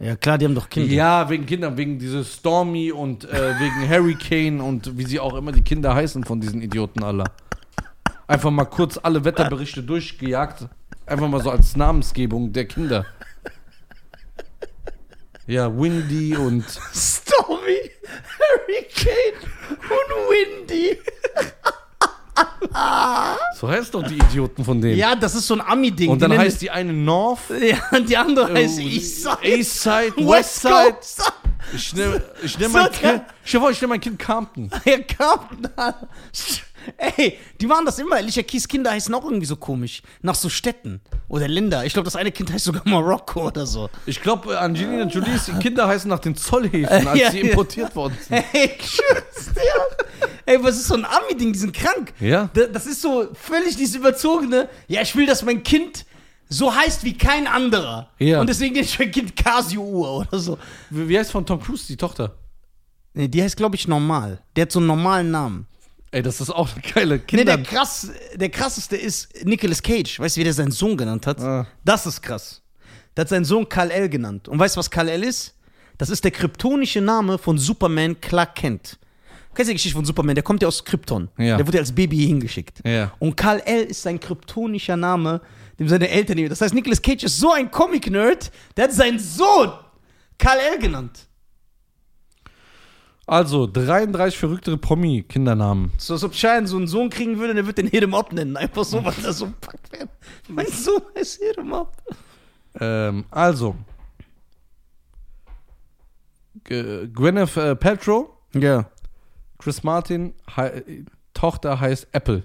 Speaker 1: ja, klar, die haben doch Kinder.
Speaker 2: Ja, wegen Kindern, wegen dieses Stormy und äh, wegen Hurricane und wie sie auch immer die Kinder heißen von diesen Idioten aller. Einfach mal kurz alle Wetterberichte durchgejagt. Einfach mal so als Namensgebung der Kinder. Ja, Windy und.
Speaker 1: Stormy, Hurricane und Windy.
Speaker 2: So heißt doch die Idioten von denen.
Speaker 1: Ja, das ist so ein Ami-Ding.
Speaker 2: und dann
Speaker 1: die nennen-
Speaker 2: heißt die eine North.
Speaker 1: Ja, die andere heißt
Speaker 2: äh,
Speaker 1: Eastside.
Speaker 2: Eastside, Westside.
Speaker 1: Westside.
Speaker 2: Ich nehme ich nehm
Speaker 1: So
Speaker 2: mein
Speaker 1: geil.
Speaker 2: Kind. Ich, ich nehme mein Kind Compton.
Speaker 1: Er kommt dann. Ey, die waren das immer. Alicia Keys Kinder heißen auch irgendwie so komisch. Nach so Städten oder Länder. Ich glaube, das eine Kind heißt sogar Marokko oder so.
Speaker 2: Ich glaube, Angelina Jolies Kinder heißen nach den Zollhäfen, als
Speaker 1: Ja,
Speaker 2: sie
Speaker 1: ja.
Speaker 2: importiert worden sind.
Speaker 1: Ey, ich schwör's dir. Ey, was ist so ein Ami-Ding? Die sind krank.
Speaker 2: Ja.
Speaker 1: Da- Das ist so völlig dieses Überzogene. Ja, ich will, dass mein Kind so heißt wie kein anderer.
Speaker 2: Ja.
Speaker 1: Und deswegen nenne ich mein Kind Casio-Uhr oder so.
Speaker 2: Wie, wie heißt von Tom Cruise die Tochter?
Speaker 1: Nee, die heißt, glaube ich, normal. Der hat so einen normalen Namen.
Speaker 2: Ey, das ist auch eine geile
Speaker 1: Nee,
Speaker 2: Kinder.
Speaker 1: der, krass, der krasseste ist Nicolas Cage. Weißt du, wie der seinen Sohn genannt hat?
Speaker 2: Ah.
Speaker 1: Das ist krass. Der hat seinen Sohn Kal L genannt. Und weißt du, was Kal L ist? Das ist der kryptonische Name von Superman Clark Kent. Kennst du die Geschichte von Superman? Der kommt ja aus Krypton.
Speaker 2: Ja.
Speaker 1: Der wurde als Baby hier hingeschickt.
Speaker 2: Ja.
Speaker 1: Und Kal L ist sein kryptonischer Name, dem seine Eltern nehmen. Das heißt, Nicolas Cage ist so ein Comic-Nerd, der hat seinen Sohn Kal L genannt.
Speaker 2: Also, 33 verrücktere Promi-Kindernamen.
Speaker 1: So, als ob Schein so einen Sohn kriegen würde, der wird den Hedem Up nennen. Einfach so, weil er so packt wird. Mein Sohn heißt Hedem Up.
Speaker 2: Ähm, also. G Gwyneth äh, Paltrow,
Speaker 1: Ja.
Speaker 2: Chris Martin, hei- Tochter heißt Apple.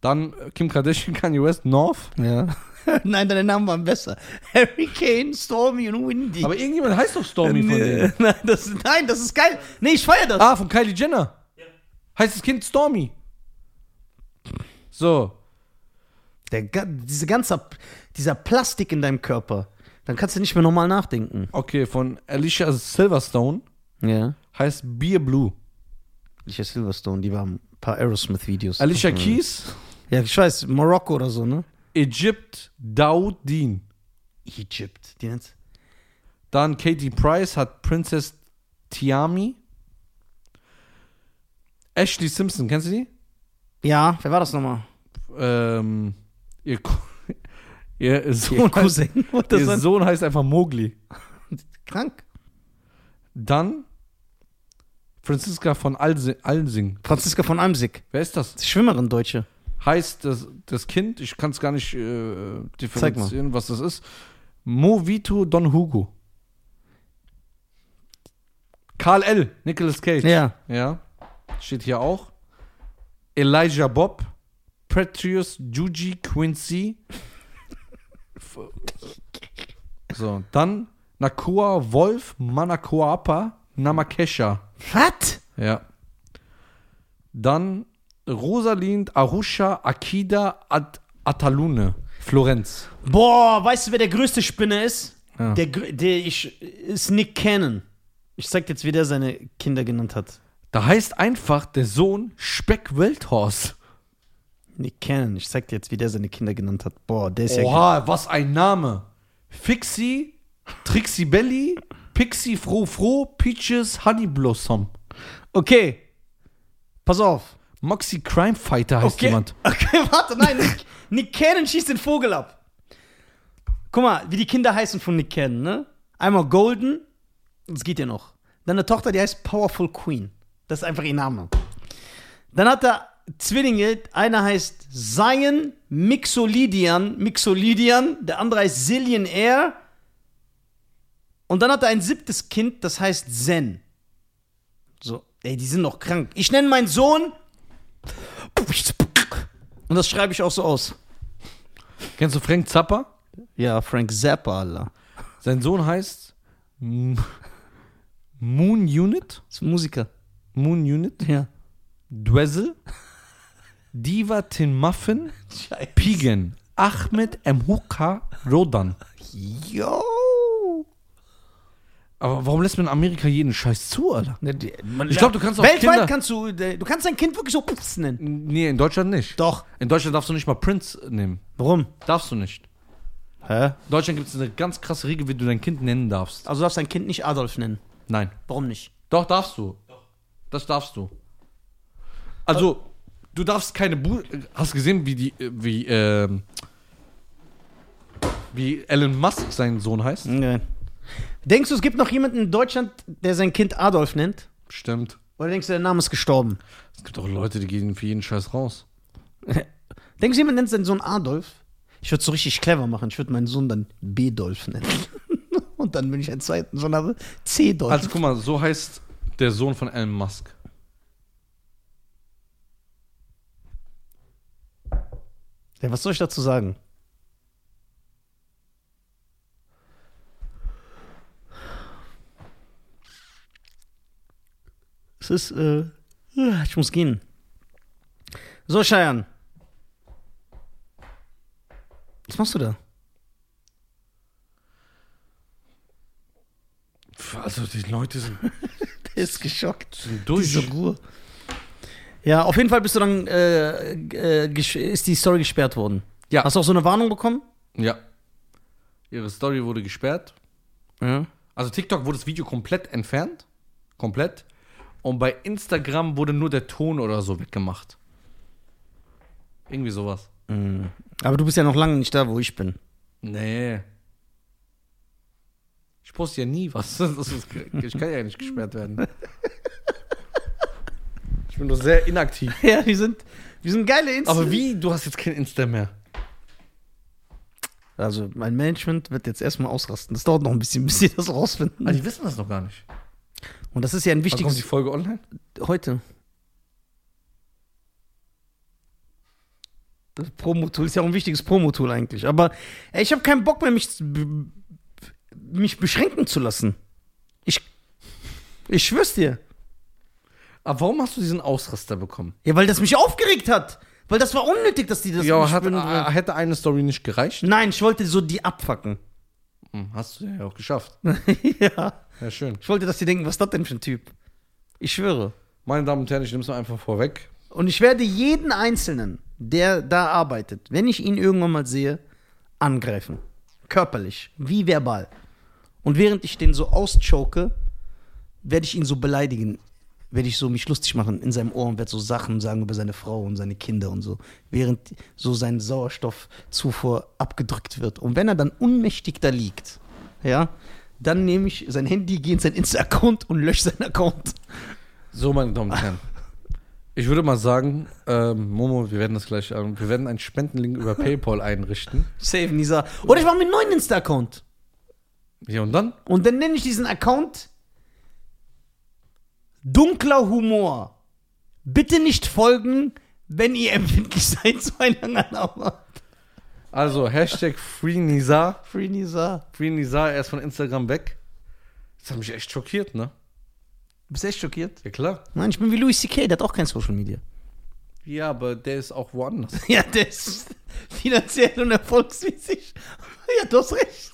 Speaker 2: Dann äh, Kim Kardashian, Kanye West, North.
Speaker 1: Ja. Nein, deine Namen waren besser. Hurricane, Stormy und Windy.
Speaker 2: Aber irgendjemand heißt doch
Speaker 1: Äh,
Speaker 2: Stormy von denen.
Speaker 1: Nein, das, nein, das ist geil. Nee, ich feier das.
Speaker 2: Ah, von Kylie Jenner. Heißt das Kind Stormy. So.
Speaker 1: Der, ga- diese ganze, dieser Plastik in deinem Körper. Dann kannst du nicht mehr normal nachdenken.
Speaker 2: Okay, von Alicia Silverstone
Speaker 1: Ja.
Speaker 2: heißt Beer Blue.
Speaker 1: Alicia Silverstone, die waren ein paar Aerosmith-Videos.
Speaker 2: Alicia Keys,
Speaker 1: Ja, ich weiß, Marokko oder so, ne?
Speaker 2: Egypt Daoud Dean.
Speaker 1: Egypt. Die nennt's.
Speaker 2: Dann Katie Price hat Princess Tiami. Ashley Simpson, kennst du die?
Speaker 1: Ja, wer war das nochmal?
Speaker 2: Ähm, ihr, Ko- ihr,
Speaker 1: Ihr
Speaker 2: Sohn, heißt,
Speaker 1: Cousin. Wollte das
Speaker 2: ihr
Speaker 1: sein?
Speaker 2: Sohn heißt einfach Mowgli.
Speaker 1: Krank.
Speaker 2: Dann Franziska von Alsi- Alsing.
Speaker 1: Franziska von Almsig.
Speaker 2: Wer ist das?
Speaker 1: Schwimmerin, Deutsche.
Speaker 2: Heißt das, das Kind, ich kann es gar nicht äh, differenzieren, was das ist. Movito Don Hugo. Karl L., Nicolas Cage.
Speaker 1: Ja.
Speaker 2: Ja. Steht hier auch. Elijah Bob, Patrius Juji Quincy. F- so, dann Nakua Wolf Manakoapa Namakesha.
Speaker 1: Was?
Speaker 2: Ja. Dann Rosalind Arusha Akida At Atalune, Florenz.
Speaker 1: Boah, weißt du, wer der größte Spinner ist?
Speaker 2: Ja.
Speaker 1: Der, grö- der ich, ist Nick Cannon. Ich zeig dir jetzt, wie der seine Kinder genannt hat.
Speaker 2: Da heißt einfach der Sohn Speck Welthorst.
Speaker 1: Nick Cannon, ich zeig dir jetzt, wie der seine Kinder genannt hat. Boah, der ist ja.
Speaker 2: Oha, was ein Name. Fixie, Trixie Belly, Pixie Froh Froh, Peaches Honey Blossom.
Speaker 1: Okay. Pass auf.
Speaker 2: Moxie Crime Fighter heißt
Speaker 1: Okay.
Speaker 2: jemand.
Speaker 1: Okay, warte, nein. Nick, Nick Cannon schießt den Vogel ab. Guck mal, wie die Kinder heißen von Nick Cannon, ne? Einmal Golden, das geht ja noch. Dann eine Tochter, die heißt Powerful Queen. Das ist einfach ihr Name. Dann hat er Zwillinge, einer heißt Zion Mixolydian, Mixolydian, der andere heißt Zillion Air. Und dann hat er ein siebtes Kind, das heißt Zen. So, ey, die sind noch krank. Ich nenne meinen Sohn und das schreibe ich auch so aus.
Speaker 2: Kennst du Frank Zappa?
Speaker 1: Ja, Frank Zappa, Allah.
Speaker 2: Sein Sohn heißt M- Moon Unit,
Speaker 1: Das ist ein Musiker.
Speaker 2: Moon Unit,
Speaker 1: Ja.
Speaker 2: Dwezel, Diva Tin Muffin,
Speaker 1: Scheiße.
Speaker 2: Pigen, Ahmed Mhuka Rodan.
Speaker 1: Yo.
Speaker 2: Aber warum lässt man in Amerika jeden Scheiß zu, Alter?
Speaker 1: Ich
Speaker 2: Ich glaub, du kannst auch
Speaker 1: Weltweit
Speaker 2: Kinder-
Speaker 1: kannst du, äh, du kannst dein Kind wirklich so Pups nennen.
Speaker 2: Nee, in Deutschland nicht.
Speaker 1: Doch.
Speaker 2: In Deutschland darfst du nicht mal Prince nehmen.
Speaker 1: Warum?
Speaker 2: Darfst du nicht.
Speaker 1: Hä?
Speaker 2: In Deutschland gibt es eine ganz krasse Regel, wie du dein Kind nennen darfst.
Speaker 1: Also du darfst dein Kind nicht Adolf nennen.
Speaker 2: Nein.
Speaker 1: Warum nicht?
Speaker 2: Doch, darfst du. Das darfst du. Also, du darfst keine Bu Hast du gesehen, wie die, äh, wie, ähm, wie Elon Musk seinen Sohn heißt?
Speaker 1: Nein. Denkst du, es gibt noch jemanden in Deutschland, der sein Kind Adolf nennt?
Speaker 2: Stimmt.
Speaker 1: Oder denkst du, der Name ist gestorben?
Speaker 2: Es gibt auch Leute, die gehen für jeden Scheiß raus.
Speaker 1: Denkst du, jemand nennt seinen Sohn Adolf? Ich würde es so richtig clever machen. Ich würde meinen Sohn dann Bedolf nennen. Und dann, wenn ich einen zweiten Sohn habe, C-Dolf.
Speaker 2: Also guck mal, so heißt der Sohn von Elon Musk.
Speaker 1: Ja, was soll ich dazu sagen? Es ist, äh, ich muss gehen. So, Scheiern. Was machst du da?
Speaker 2: Also die Leute sind,
Speaker 1: Der ist geschockt.
Speaker 2: sind
Speaker 1: Diese Ruhe. Ja, auf jeden Fall bist du dann, äh, äh, gesch- ist die Story gesperrt worden.
Speaker 2: Ja.
Speaker 1: Hast du auch so eine Warnung bekommen?
Speaker 2: Ja. Ihre Story wurde gesperrt.
Speaker 1: Ja.
Speaker 2: Also TikTok wurde das Video komplett entfernt. Komplett. Und bei Instagram wurde nur der Ton oder so weggemacht. Irgendwie sowas.
Speaker 1: Aber du bist ja noch lange nicht da, wo ich bin.
Speaker 2: Nee. Ich poste ja nie was. Das ist, ich kann ja nicht gesperrt werden. Ich bin nur sehr inaktiv.
Speaker 1: Ja, wir sind, wir sind geile Insta.
Speaker 2: Aber wie? Du hast jetzt kein Insta mehr.
Speaker 1: Also, mein Management wird jetzt erstmal ausrasten. Das dauert noch ein bisschen, bis sie das rausfinden.
Speaker 2: Ah, die wissen das noch gar nicht.
Speaker 1: Und das ist ja ein
Speaker 2: Wann kommt
Speaker 1: wichtiges.
Speaker 2: die Folge online?
Speaker 1: heute. Das Promo-Tool ist ja auch ein wichtiges Promo-Tool eigentlich. Aber ey, ich habe keinen Bock mehr, mich, zu- b- mich beschränken zu lassen. Ich, ich schwör's dir.
Speaker 2: Aber warum hast du diesen Ausraster bekommen?
Speaker 1: Ja, weil das mich aufgeregt hat. Weil das war unnötig, dass die das
Speaker 2: Ja,
Speaker 1: nicht
Speaker 2: hat,
Speaker 1: bin-
Speaker 2: äh, hätte eine Story nicht gereicht?
Speaker 1: Nein, ich wollte so die abfacken.
Speaker 2: Hm, Hast du ja auch geschafft.
Speaker 1: ja.
Speaker 2: Ja, schön.
Speaker 1: Ich wollte, dass die denken, was ist das denn für ein Typ? Ich schwöre.
Speaker 2: Meine Damen und Herren, ich nehme es mal einfach vorweg.
Speaker 1: Und ich werde jeden Einzelnen, der da arbeitet, wenn ich ihn irgendwann mal sehe, angreifen. Körperlich, wie verbal. Und während ich den so auschoke, werde ich ihn so beleidigen, werde ich so mich lustig machen in seinem Ohr und werde so Sachen sagen über seine Frau und seine Kinder und so, während so sein Sauerstoffzufuhr abgedrückt wird. Und wenn er dann unmächtig da liegt, ja, dann nehme ich sein Handy, gehe in sein Insta-Account und lösche seinen Account.
Speaker 2: So, meine Damen und Herren. Ich würde mal sagen, ähm, Momo, wir werden das gleich, ähm, wir werden einen Spendenlink über PayPal einrichten.
Speaker 1: Save Nisa. Oder ich mache mir einen neuen Insta-Account.
Speaker 2: Ja, und dann?
Speaker 1: Und dann nenne ich diesen Account Dunkler Humor. Bitte nicht folgen, wenn ihr empfindlich seid zu einer Name.
Speaker 2: Also, Hashtag FreeNisa.
Speaker 1: Free Nisa.
Speaker 2: FreeNisa, er ist von Instagram weg. Das hat mich echt schockiert, ne?
Speaker 1: Bist du echt schockiert?
Speaker 2: Ja, klar.
Speaker 1: Nein, ich bin wie Louis C.K., der hat auch kein Social Media.
Speaker 2: Ja, aber der ist auch woanders.
Speaker 1: Ja, der ist finanziell und erfolgsmäßig. Ja, du hast recht.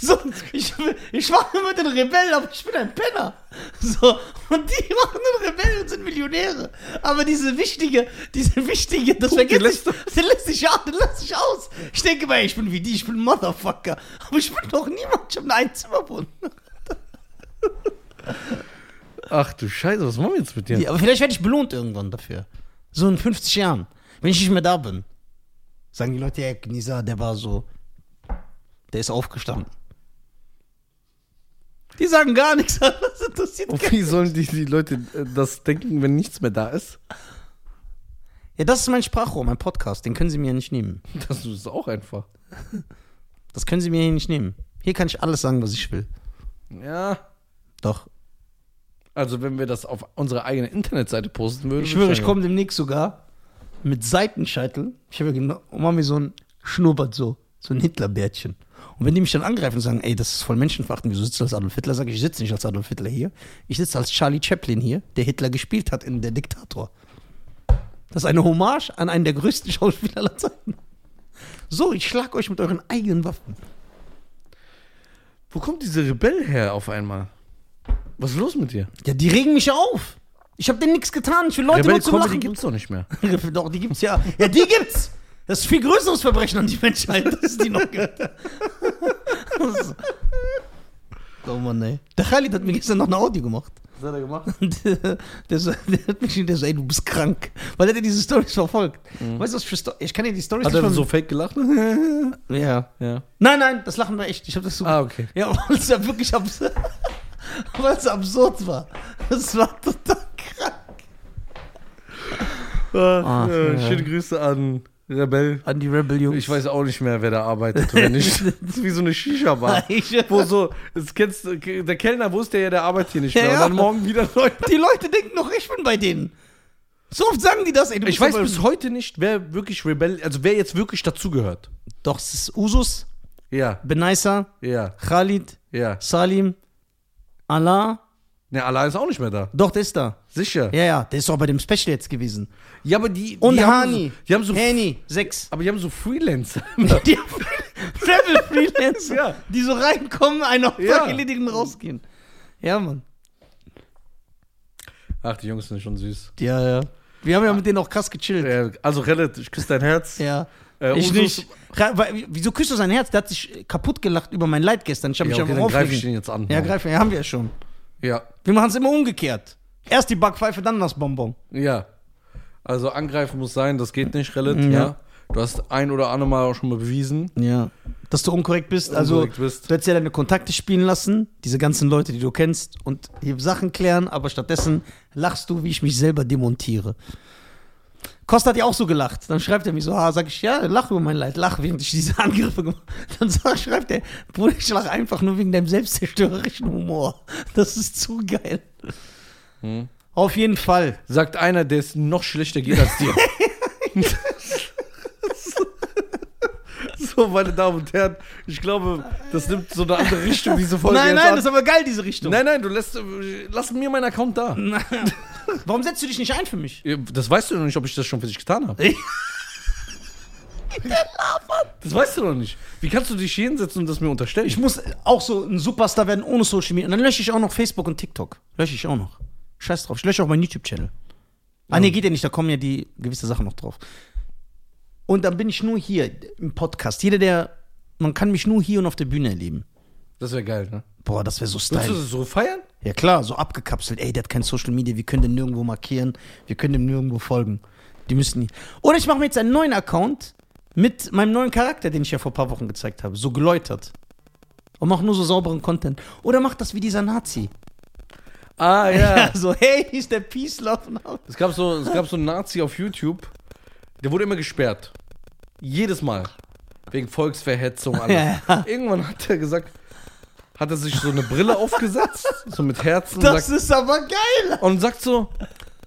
Speaker 1: So, ich, ich war immer den Rebell, aber ich bin ein Penner. So, und die machen den Rebell und sind Millionäre. Aber diese wichtige, diese wichtige, das
Speaker 2: Punkt, den
Speaker 1: vergesse
Speaker 2: lässt du.
Speaker 1: ich, den lässt ich aus, den lässt ich aus. Ich denke mal, ey, ich bin wie die, ich bin Motherfucker. Aber ich bin doch niemand, ich habe eine Einzimmerwohnung.
Speaker 2: Ach du Scheiße, was machen wir jetzt mit dir?
Speaker 1: Ja, aber vielleicht werde ich belohnt irgendwann dafür. So in 50 Jahren, wenn ich nicht mehr da bin. Sagen die Leute, ja, Gnisa, der war so. Der ist aufgestanden. Die sagen gar nichts, das interessiert
Speaker 2: Und
Speaker 1: keinen.
Speaker 2: wie sollen die, die Leute äh, das denken, wenn nichts mehr da ist?
Speaker 1: Ja, das ist mein Sprachrohr, mein Podcast. Den können sie mir ja nicht nehmen.
Speaker 2: Das ist auch einfach.
Speaker 1: Das können sie mir hier nicht nehmen. Hier kann ich alles sagen, was ich will.
Speaker 2: Ja.
Speaker 1: Doch.
Speaker 2: Also, wenn wir das auf unsere eigene Internetseite posten würden.
Speaker 1: Ich schwöre, ich
Speaker 2: sagen,
Speaker 1: komme demnächst sogar mit Seitenscheitel. Ich habe ja genau, und mache mir so ein Schnurrbart so, so ein Hitlerbärtchen. Und wenn die mich dann angreifen und sagen, ey, das ist voll menschenverachtend, wieso sitzt du als Adolf Hitler? Sag ich, ich sitze nicht als Adolf Hitler hier. Ich sitze als Charlie Chaplin hier, der Hitler gespielt hat in Der Diktator. Das ist eine Hommage an einen der größten Schauspieler aller Zeiten. So, ich schlag euch mit euren eigenen Waffen.
Speaker 2: Wo kommt diese Rebell her auf einmal? Was ist los mit dir?
Speaker 1: Ja, die regen mich auf. Ich habe denen nichts getan. Ich will Leute nur zum Lachen.
Speaker 2: gibt's doch nicht mehr.
Speaker 1: Doch, die gibt's ja. Ja, die gibt's! Das ist viel größeres Verbrechen an die Menschheit, dass es die noch gibt. Das- oh Mann, ey. Der Khalid hat mir gestern noch eine Audio gemacht.
Speaker 2: Was hat er gemacht?
Speaker 1: Der, der, so- der hat mich der so, ey, du bist krank. Weil er hat ja diese Stories verfolgt. Weißt du, was für Stories? Ich kann ja die Stories
Speaker 2: Hat er
Speaker 1: nicht
Speaker 2: so fake gelacht?
Speaker 1: ver- Ja.
Speaker 2: ja.
Speaker 1: Nein, nein, das lachen wir echt. Ich hab das super.
Speaker 2: Ah, okay.
Speaker 1: Ja, weil es ja wirklich abs weil es absurd war. Das war total krank. Ah,
Speaker 2: äh,
Speaker 1: ja.
Speaker 2: Schöne Grüße an Rebell.
Speaker 1: An die Rebel-Jungs.
Speaker 2: Ich weiß auch nicht mehr, wer da arbeitet oder nicht. Das ist wie so eine Shisha-Bar. Wo so, das kennst, du, der Kellner wusste ja, der arbeitet hier nicht mehr.
Speaker 1: Ja,
Speaker 2: Und dann
Speaker 1: ja.
Speaker 2: morgen wieder neu.
Speaker 1: Die Leute denken noch, ich bin bei denen. So oft sagen die das, ey. Du
Speaker 2: Ich
Speaker 1: bist
Speaker 2: weiß
Speaker 1: aber-
Speaker 2: bis heute nicht, wer wirklich Rebell, also wer jetzt wirklich dazugehört.
Speaker 1: Doch, es ist Usus,
Speaker 2: Ja,
Speaker 1: Benaisa,
Speaker 2: ja,
Speaker 1: Khalid,
Speaker 2: ja.
Speaker 1: Salim, Allah.
Speaker 2: Ne, Allah ist auch nicht mehr da.
Speaker 1: Doch, der ist da.
Speaker 2: Sicher. Ja,
Speaker 1: Ja, ja, der ist auch bei dem Special jetzt gewesen.
Speaker 2: aber die, die
Speaker 1: Und
Speaker 2: haben
Speaker 1: Hani.
Speaker 2: so, die haben so,
Speaker 1: Hani, sechs.
Speaker 2: aber die haben so Freelancer.
Speaker 1: Die Travel Freelancer,
Speaker 2: Ja.
Speaker 1: die so reinkommen, einen Auftrag
Speaker 2: Ja.
Speaker 1: erledigen und rausgehen. Ja, Mann.
Speaker 2: Ach, die Jungs sind schon süß.
Speaker 1: Ja, ja. Wir haben ja mit denen auch krass gechillt.
Speaker 2: Äh, Also relativ, ich küsse dein Herz.
Speaker 1: Ja.
Speaker 2: Äh,
Speaker 1: ich
Speaker 2: Usus-
Speaker 1: nicht. Ra- weil- Wieso küsst du sein Herz? Der hat sich kaputt gelacht über mein Leid gestern. Ich habe
Speaker 2: Ja,
Speaker 1: mich
Speaker 2: okay,
Speaker 1: einfach
Speaker 2: dann greife ich
Speaker 1: aufgeregt.
Speaker 2: den jetzt an.
Speaker 1: Ja, greifen, ja, haben wir ja schon.
Speaker 2: Ja,
Speaker 1: Wir machen es immer umgekehrt. Erst die Backpfeife, dann das Bonbon.
Speaker 2: ja. Also angreifen muss sein, das geht nicht, Rellet, ja. Du hast ein oder andere Mal auch schon mal bewiesen.
Speaker 1: Ja. Dass du unkorrekt bist. Also,
Speaker 2: Unkorrekt bist.
Speaker 1: du hättest ja deine Kontakte spielen lassen, diese ganzen Leute, die du kennst, und hier Sachen klären, aber stattdessen lachst du, wie ich mich selber demontiere. Costa hat ja auch so gelacht. Dann schreibt er mir so, ah, sag ich, ja, lach über mein Leid, lach, während ich diese Angriffe gemacht Dann sagt- schreibt er, Bruder, ich lach einfach nur wegen deinem selbstzerstörerischen Humor. Das ist zu geil.
Speaker 2: Hm.
Speaker 1: Auf jeden Fall.
Speaker 2: Sagt einer, der es noch schlechter geht als dir. so, meine Damen und Herren, ich glaube, das nimmt so eine andere Richtung, diese Folge.
Speaker 1: nein,
Speaker 2: jetzt
Speaker 1: nein,
Speaker 2: an.
Speaker 1: das ist aber geil, diese Richtung.
Speaker 2: nein, nein, du lässt, äh, lass mir meinen Account da.
Speaker 1: Warum setzt du dich nicht ein für mich?
Speaker 2: Das weißt du noch nicht, ob ich das schon für dich getan habe. Das weißt du noch nicht. Wie kannst du dich hier hinsetzen und das mir unterstellen?
Speaker 1: Ich muss auch so ein Superstar werden ohne Social Media. Und dann lösche ich auch noch Facebook und TikTok. Lösche ich auch noch. Scheiß drauf. Ich lösche auch meinen YouTube-Channel. Ah, nee, geht ja nicht. Da kommen ja die gewisse Sachen noch drauf. Und dann bin ich nur hier im Podcast. Jeder, der. Man kann mich nur hier und auf der Bühne erleben.
Speaker 2: Das wäre geil, ne?
Speaker 1: Boah, das wäre so
Speaker 2: Willst du
Speaker 1: Style.
Speaker 2: das so feiern?
Speaker 1: Ja, klar, so abgekapselt. Ey, der hat kein Social Media. Wir können den nirgendwo markieren. Wir können dem nirgendwo folgen. Die müssen nie. Oder ich mache mir jetzt einen neuen Account mit meinem neuen Charakter, den ich ja vor ein paar Wochen gezeigt habe. So geläutert. Und mach nur so sauberen Content. Oder mach das wie dieser Nazi.
Speaker 2: Ah,
Speaker 1: Ja, so, hey, ist der Peace Love now.
Speaker 2: Es gab, so, es gab so einen Nazi auf YouTube, der wurde immer gesperrt. Jedes Mal. Wegen Volksverhetzung, alles.
Speaker 1: Ja, ja.
Speaker 2: Irgendwann hat er gesagt, hat er sich so eine Brille aufgesetzt, so mit Herzen,
Speaker 1: Das
Speaker 2: sagt,
Speaker 1: ist aber geil.
Speaker 2: und sagt so,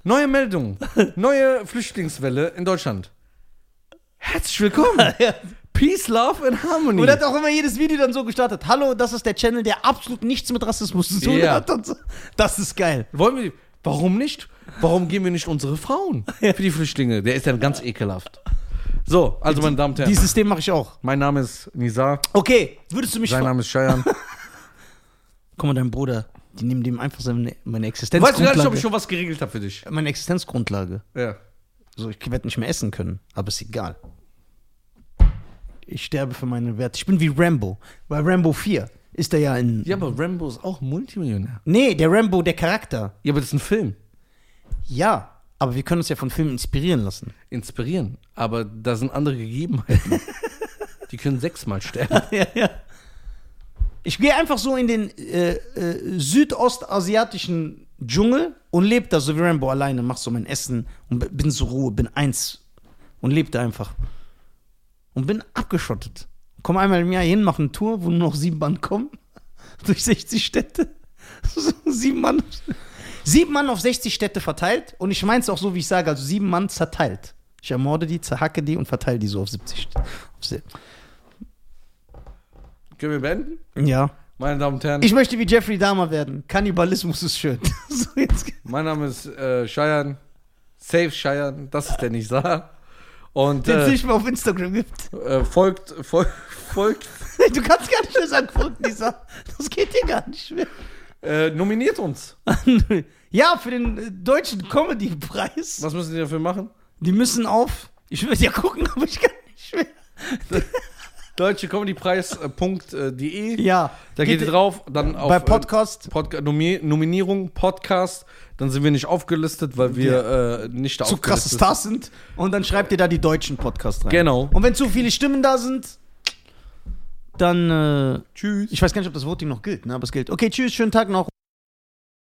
Speaker 2: neue Meldung, neue Flüchtlingswelle in Deutschland. Herzlich willkommen. Peace, Love and Harmony.
Speaker 1: Und er hat auch immer jedes Video dann so gestartet. Hallo, das ist der Channel, der absolut nichts mit Rassismus zu tun
Speaker 2: Ja.
Speaker 1: hat. Und so. Das ist geil.
Speaker 2: Wollen wir, warum nicht? Warum gehen wir nicht unsere Frauen für die Flüchtlinge? Der ist dann ganz ekelhaft. So, also meine Damen und Herren,
Speaker 1: Dieses System mache ich auch.
Speaker 2: mein Name ist Nizar,
Speaker 1: Okay, würdest du mich
Speaker 2: sein
Speaker 1: fra-
Speaker 2: Name ist Cheyenne.
Speaker 1: Guck mal, dein Bruder, die nehmen dem einfach seine, meine
Speaker 2: Du weißt du gar nicht, ob
Speaker 1: Existenzgrundlage.
Speaker 2: ich schon was geregelt habe für dich.
Speaker 1: meine Existenzgrundlage.
Speaker 2: Ja.
Speaker 1: So, ich werde nicht mehr essen können, aber ist egal. Ich sterbe für meine Werte. Ich bin wie Rambo. Bei Rambo 4 ist er ja in.
Speaker 2: Ja, aber Rambo ist auch Multimillionär.
Speaker 1: Nee, der Rambo, der Charakter.
Speaker 2: Ja, aber das ist ein Film.
Speaker 1: Ja, aber wir können uns ja von Filmen inspirieren lassen.
Speaker 2: Inspirieren. Aber da sind andere Gegebenheiten. Die können sechsmal sterben.
Speaker 1: ja, ja. Ich gehe einfach so in den äh, äh, südostasiatischen Dschungel und lebe da so wie Rambo alleine, mach so mein Essen und b- bin so Ruhe, bin eins und lebe da einfach. Und bin abgeschottet. Komm einmal im Jahr hin, mach eine Tour, wo nur noch sieben Mann kommen, durch 60 Städte. So, sieben Mann. Sieben Mann auf 60 Städte verteilt und ich meine es auch so, wie ich sage, also sieben Mann zerteilt. Ich ermorde die, zerhacke die und verteile die so auf 70 Städte. Auf se-
Speaker 2: Können wir beenden?
Speaker 1: Ja.
Speaker 2: Meine Damen und Herren,
Speaker 1: Ich möchte wie Jeffrey Dahmer werden. Kannibalismus ist schön. so, jetzt.
Speaker 2: mein Name ist äh, Cheyenne. Safe Cheyenne. Das ist der Nizar. Und
Speaker 1: Den es
Speaker 2: äh,
Speaker 1: nicht mehr auf Instagram gibt.
Speaker 2: äh, folgt, folgt, folgt,
Speaker 1: Du kannst gar nicht mehr sagen, folgt Lisa. Das geht dir gar nicht mehr.
Speaker 2: äh, nominiert uns.
Speaker 1: ja, für den äh, deutschen Comedy-Preis.
Speaker 2: Was müssen die dafür machen?
Speaker 1: Die müssen auf. Ich würde ja gucken, aber ich kann nicht mehr.
Speaker 2: äh, Deutschecomedypreis.de.
Speaker 1: Ja.
Speaker 2: E. Da geht ihr drauf. Dann auf,
Speaker 1: Bei
Speaker 2: äh,
Speaker 1: Podcast
Speaker 2: Podca Nomi Nominierung, Podcast, dann sind wir nicht aufgelistet, weil wir äh, nicht
Speaker 1: zu krasse
Speaker 2: aufgelistet
Speaker 1: Stars sind. Und dann schreibt ihr da die deutschen Podcasts rein.
Speaker 2: Genau.
Speaker 1: Und wenn zu viele Stimmen da sind, äh, dann. Äh,
Speaker 2: Tschüss.
Speaker 1: ich weiß gar nicht, ob das Voting noch gilt, ne? aber es gilt. Okay, tschüss, schönen Tag noch.